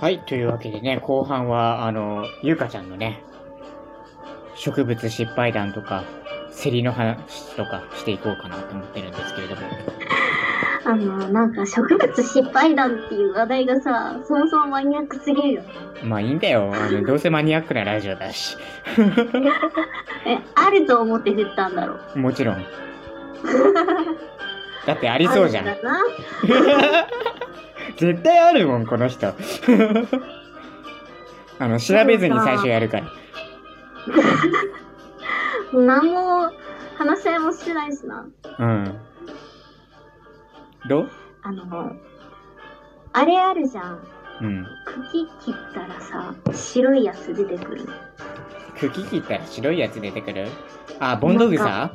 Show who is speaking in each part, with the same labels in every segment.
Speaker 1: はい、というわけでね、後半は、あの、ゆうかちゃんのね、植物失敗談とか、セリの話とかしていこうかなと思ってるんですけれども。
Speaker 2: あの、なんか植物失敗談っていう話題がさ、そもそもマニアックすぎるよね。
Speaker 1: まあいいんだよ。あの、どうせマニアックなラジオだし。
Speaker 2: え、あると思って振ったんだろう。
Speaker 1: もちろん。だってありそうじゃ
Speaker 2: あ
Speaker 1: ん
Speaker 2: る。だな。
Speaker 1: 絶対あるもん、この人。 あの、調べずに最初やるから。
Speaker 2: 何も話し合いもしてないしな。
Speaker 1: うん。どう
Speaker 2: あの、あれあるじゃん。
Speaker 1: うん。
Speaker 2: 茎切ったらさ、白いやつ出てくる。
Speaker 1: 茎切ったら白いやつ出てくるあ、ボンドグ
Speaker 2: なん
Speaker 1: サ
Speaker 2: か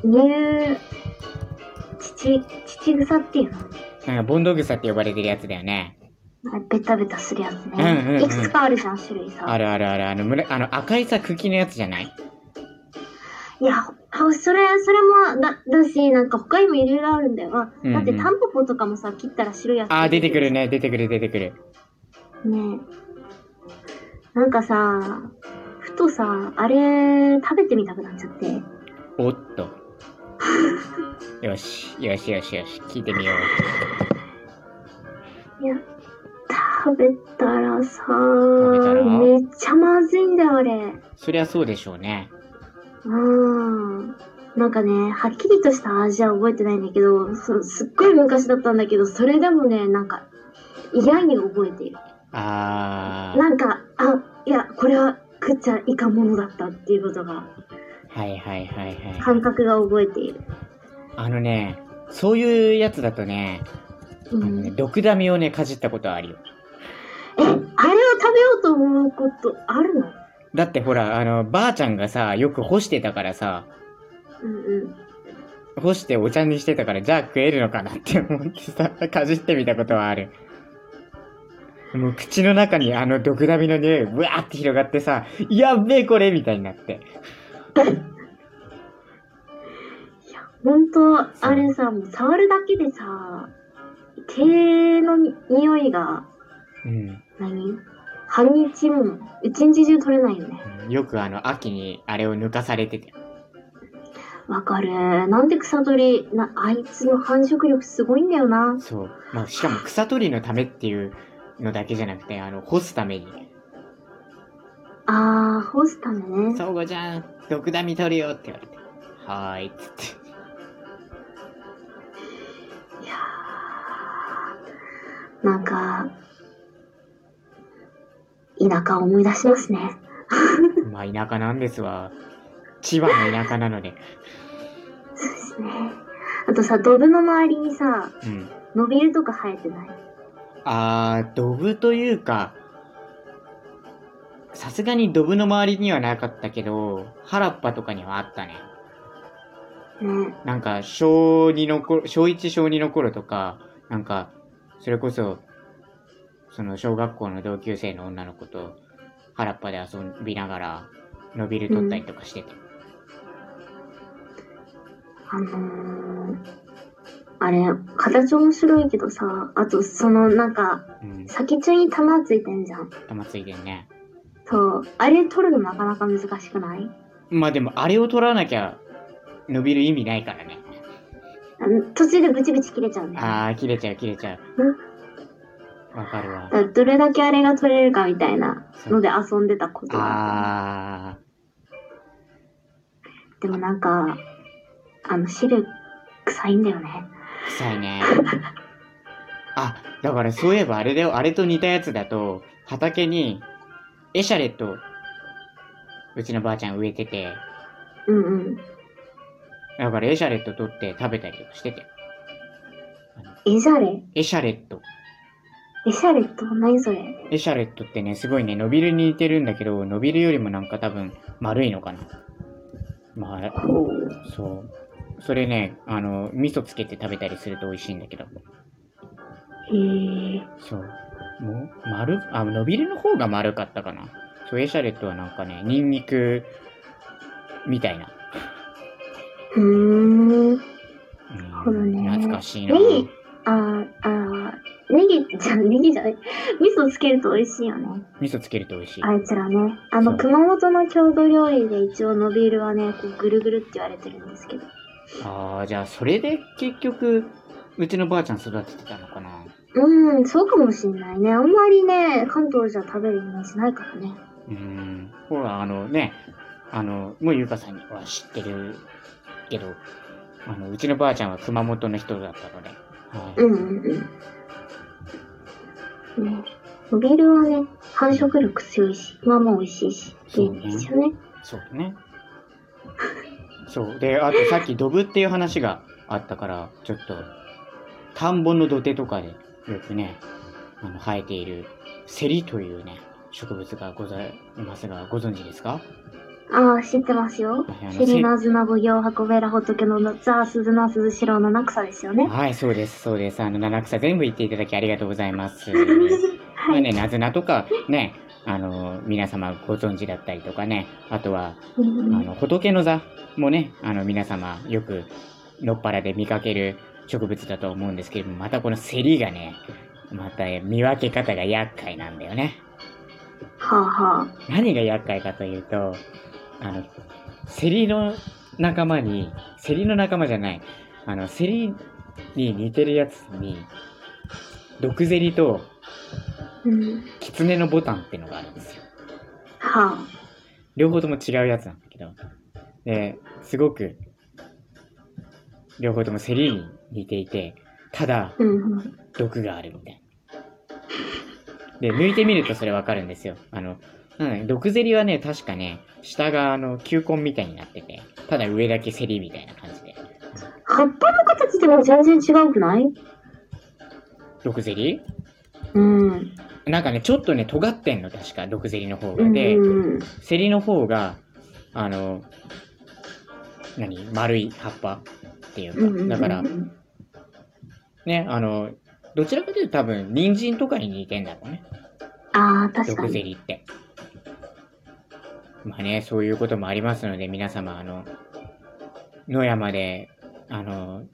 Speaker 2: 乳、乳、乳草っていうの
Speaker 1: なんかボンドグサって呼ばれてるやつだよね。
Speaker 2: あベタベタするやつね。
Speaker 1: うんうんうん
Speaker 2: いくつかあるじゃん、種類
Speaker 1: あ
Speaker 2: さ。
Speaker 1: るあるある、あの、むらあの赤いさ、茎のやつじゃない
Speaker 2: いや、あそれ、それもだ、だし、なんか他にもいろいろあるんだよな。
Speaker 1: うんうん
Speaker 2: だってタンポポとかもさ、切ったら白いやつ。
Speaker 1: あー、出てくる。ね、出てくる、出てくる。
Speaker 2: ねえなんかさ、ふとさ、あれ、食べてみたくなっちゃって。
Speaker 1: おっと。 よし、よしよしよし、聞いてみよ
Speaker 2: いや、食べたらさ
Speaker 1: べたら
Speaker 2: めっちゃまずいんだよ、あれ。
Speaker 1: う。そりゃそうでしょうね。
Speaker 2: うん。なんかね、はっきりとした味は覚えてないんだけど、そすっごい昔だったんだけど、それでもね、なんか、嫌に覚えている。
Speaker 1: あー、
Speaker 2: なんか、あ、いや、これは食っちゃいかんものだったっていうことが、
Speaker 1: はいはいはいはい。
Speaker 2: 感覚が覚えている。
Speaker 1: あのね、そういうやつだとね、あ
Speaker 2: う
Speaker 1: の
Speaker 2: ん、
Speaker 1: ね
Speaker 2: え、
Speaker 1: 毒ダミをね、かじったことはあるよ。
Speaker 2: あれを食べようと思うことあるの
Speaker 1: だってほら、あの、ばあちゃんがさ、よく干してたからさ、
Speaker 2: うんうん。
Speaker 1: 干してお茶にしてたから、じゃあ食えるのかなって思ってさ、かじってみたことはある。もう口の中にあの毒ダミの匂いがうわーって広がってさ、やっべえこれみたいになって。
Speaker 2: ほんと、あれさ、もう触るだけでさ、毛のに匂いが、
Speaker 1: うん。
Speaker 2: 何半日も、一日中取れないよね。
Speaker 1: よくあの秋にあれを抜かされてて。
Speaker 2: わかる。なんで草取り、な、あいつの繁殖力すごいんだよな。
Speaker 1: そう。まあしかも草取りのためっていうのだけじゃなくて、あの、干すために。
Speaker 2: あー、干すためね。
Speaker 1: そうごちゃん、毒ダミ取るよって言われて。はーいっつって。
Speaker 2: いやーなんか、田舎を思い出しますね。
Speaker 1: まあ田舎なんですわ。千葉の田舎なので。
Speaker 2: そうですね。あとさ、ドブの周りにさ、
Speaker 1: うん。
Speaker 2: 伸びるとか生えてない。
Speaker 1: あー、ドブというか、さすがにドブの周りにはなかったけど、原っぱとかにはあったね。
Speaker 2: ね。
Speaker 1: なんか、小2の頃、小1、小2の頃とか、なんか、それこそ、その小学校の同級生の女の子と、原っぱで遊びながら、ノビル取ったりとかしてて。
Speaker 2: あのー、あれ、形面白いけどさ、あとそのなんか、
Speaker 1: うん。
Speaker 2: 先中に玉ついてんじゃん。
Speaker 1: 玉ついてんね。
Speaker 2: そう。あれ取るのなかなか難しくない
Speaker 1: まあでも、あれを取らなきゃ、伸びる意味ないからね。
Speaker 2: あの途中でブチブチ切れちゃうんだよね。
Speaker 1: あー、切れちゃう、切れちゃ う。わかるわ
Speaker 2: だ。からどれだけあれが取れるかみたいなので遊んでたことがあ
Speaker 1: あ
Speaker 2: っ
Speaker 1: ー。
Speaker 2: たでもなんか、あの、汁、臭いんだよね。
Speaker 1: 臭いね。あ、だからそういえばあれだよ。あれと似たやつだと、畑にエシャレット、うちのばあちゃん植えてて、
Speaker 2: うんうん。
Speaker 1: だからエシャレット取って食べたりとかしてて。
Speaker 2: エシャレ
Speaker 1: エシャレット。
Speaker 2: エシャレって何それ
Speaker 1: エシャレットってね、すごいね、伸びるに似てるんだけど、伸びるよりもなんか多分丸いのかな。まあ、
Speaker 2: ほう。
Speaker 1: そう。それね、あの、味噌つけて食べたりすると美味しいんだけど。
Speaker 2: へえ。
Speaker 1: そう。もう、丸、あ、伸びるの方が丸かったかな。そう、エシャレットはなんかね、ニンニク、みたいな。
Speaker 2: ふーん。
Speaker 1: うん
Speaker 2: ほどね
Speaker 1: 懐かしいな。
Speaker 2: ネギ、あーあー、ネギじゃ、ネギじゃない。味噌つけると美味しいよね。
Speaker 1: 味噌つけると美味しい。
Speaker 2: あいつらね。あ
Speaker 1: そ
Speaker 2: の、
Speaker 1: う
Speaker 2: 熊本の郷土料理で一応のびールはね、こうぐるぐるって言われてるんですけど。
Speaker 1: ああ、じゃあそれで結局、うちのばあちゃん育ててたのかな。
Speaker 2: うん、そうかもしんないね。あんまりね、関東じゃ食べるイメージないからね。
Speaker 1: うーん。ほら、あのね、あの、もうゆうかさんは知ってるけど、あの、うちのばあちゃんは熊本の人だったので。は
Speaker 2: うんうんうん。ね、のびールはね、繁殖力強いし、まあまあ美味しいし、っていうんですよね。
Speaker 1: い、そうだね。そう。で、あとさっきドブっていう話があったから、ちょっと、田んぼの土手とかでよくね、あの、生えているセリというね、植物がございますが、ご存知ですか
Speaker 2: ああ、知ってますよ
Speaker 1: はいあ。の
Speaker 2: セリナズナボギョウハコベラホトケノノツアスズナスズシロウのナですよね。
Speaker 1: はい、そうです、そうです。あの、七草全部言っていただきありがとうございます。ま
Speaker 2: は
Speaker 1: あ
Speaker 2: い。
Speaker 1: ね、なずなとかね、あの、皆様ご存知だったりとかね、あとは、
Speaker 2: うん
Speaker 1: あ
Speaker 2: うん
Speaker 1: の、仏の座もね、あの、皆様よく、のっぱらで見かける植物だと思うんですけれども、またこのセリがね、また見分け方が厄介なんだよね。
Speaker 2: はあはあ。
Speaker 1: 何が厄介かというと、あの、セリの仲間に、セリの仲間じゃない、あの、セリに似てるやつに、毒ゼリと
Speaker 2: うん。
Speaker 1: キツネのボタンってのがあるんですよ。
Speaker 2: は
Speaker 1: 両方とも違うやつなんだけど、ですごく、両方ともセリに似ていて、ただ
Speaker 2: あ。、うんうん。
Speaker 1: 毒があるみたいな。で、抜いてみるとそれわかるんですよ。あの、なんだね毒ゼリはね、確かね、下があの、球根みたいになってて、ただ上だけセリみたいな感じで。
Speaker 2: 葉っぱの形でも全然違うくない
Speaker 1: 毒ゼリ
Speaker 2: うん。うん
Speaker 1: なんかね、ちょっとね、尖ってんの、確か、毒ゼリの方
Speaker 2: う
Speaker 1: が。
Speaker 2: ん
Speaker 1: で、
Speaker 2: うん。
Speaker 1: セリの方が、あの、何丸い葉っぱっていううんか、
Speaker 2: うん
Speaker 1: だから、ね、あの、どちらかというと多分、人参とかに似てんだろうね。
Speaker 2: ああ、確か
Speaker 1: 毒ゼ
Speaker 2: に。
Speaker 1: リって。まあね、そういうこともありますので、皆様、あの、野山で、あの、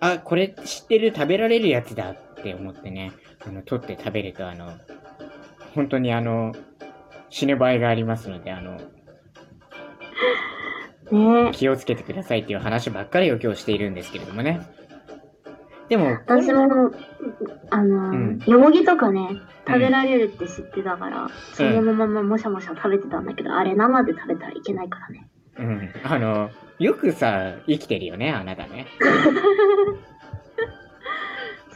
Speaker 1: あ、これ知ってる食べられるやつだって思ってね、あの、取って食べると、あの、本当にあの、死ぬ場合がありますので、あの、
Speaker 2: ね
Speaker 1: 気をつけてくださいっていう話ばっかりを今日しているんですけれどもね。でも、
Speaker 2: 私も、あの、
Speaker 1: うん
Speaker 2: よもぎとかね、食べられるって知ってたから、そのままもしゃもしゃ食べてたんだけど、あれ生で食べたらいけないからね。
Speaker 1: うん、あの、よくさ、生きてるよね、あなたね。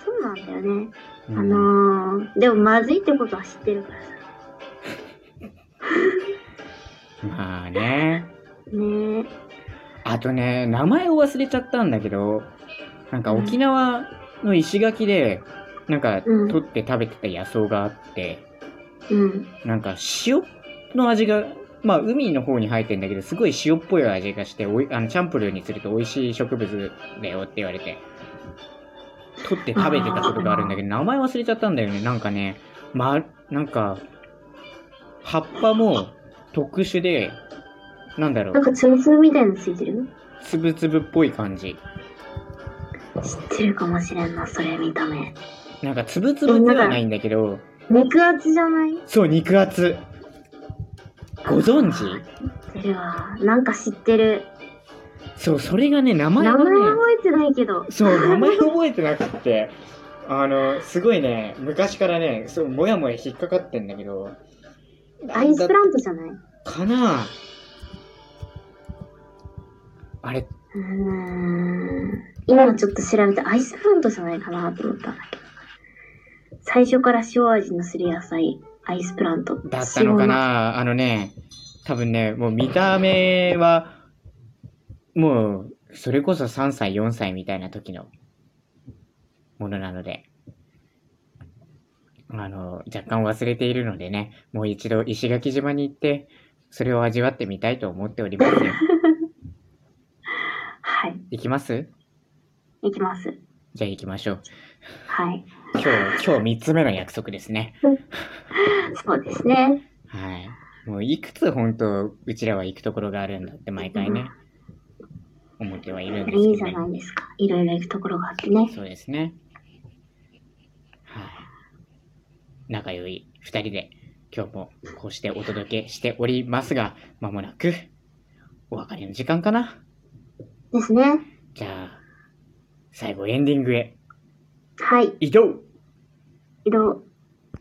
Speaker 2: そうなんだよね。
Speaker 1: うん
Speaker 2: あのー、でもまずいってことは知ってるからさ。
Speaker 1: まあね。
Speaker 2: ね
Speaker 1: あとね、名前を忘れちゃったんだけど、なんか沖縄の石垣で、なんか
Speaker 2: うん
Speaker 1: 取って食べてた野草があって、
Speaker 2: え。うん。
Speaker 1: なんか塩の味が、まあ海の方に生えてんだけど、すごい塩っぽい味がして、おいあのチャンプルーにすると美味しい植物だよって言われて、取って食べてたことがあるんだけど、名前忘れちゃったんだよね。なんかね、ま、なんか、葉っぱも特殊で、なんだろ
Speaker 2: なん
Speaker 1: う、
Speaker 2: かつぶつぶみたいのついてる
Speaker 1: つぶつぶっぽい感じ。
Speaker 2: 知ってるかもしれんな、それ見た目。
Speaker 1: なんかつぶつぶではないんだけど、
Speaker 2: 肉厚じゃない
Speaker 1: そう、肉厚。ご存知
Speaker 2: 知ってるわ。なんか知ってる。
Speaker 1: そう、それがね、名前
Speaker 2: 名
Speaker 1: がね
Speaker 2: 前、覚えてないけど。
Speaker 1: そう、名前覚えてなくって、あの、すごいね、昔からね、そう、もやもや引っかかってんだけど、
Speaker 2: アイスプラントじゃないう
Speaker 1: かなあれ、
Speaker 2: ーん。今のちょっと調べて、アイスプラントじゃないかなと思ったんだけど。最初から塩味のする野菜、アイスプラント。
Speaker 1: だったのかなあのね、多分ね、もう見た目は、もう、それこそ3歳、4歳みたいな時のものなので、あの、若干忘れているのでね、もう一度石垣島に行って、それを味わってみたいと思っておりますよ。
Speaker 2: はい。
Speaker 1: 行きます
Speaker 2: いきます。
Speaker 1: じゃあ行きましょう。
Speaker 2: はい。
Speaker 1: 今日、今日3つ目の約束ですね。
Speaker 2: そうですね。
Speaker 1: はい。もういくつ本当、うちらは行くところがあるんだって毎回ね。思ってはいるんですけど、ね。
Speaker 2: いいじゃないですか。いろいろ行くところがあってね。
Speaker 1: そうですね。はい、仲良い2人で今日もこうしてお届けしておりますが、まもなくお別れの時間かな。
Speaker 2: ですね。
Speaker 1: じゃあ、最後エンディングへ
Speaker 2: はい。
Speaker 1: 移動
Speaker 2: 移動。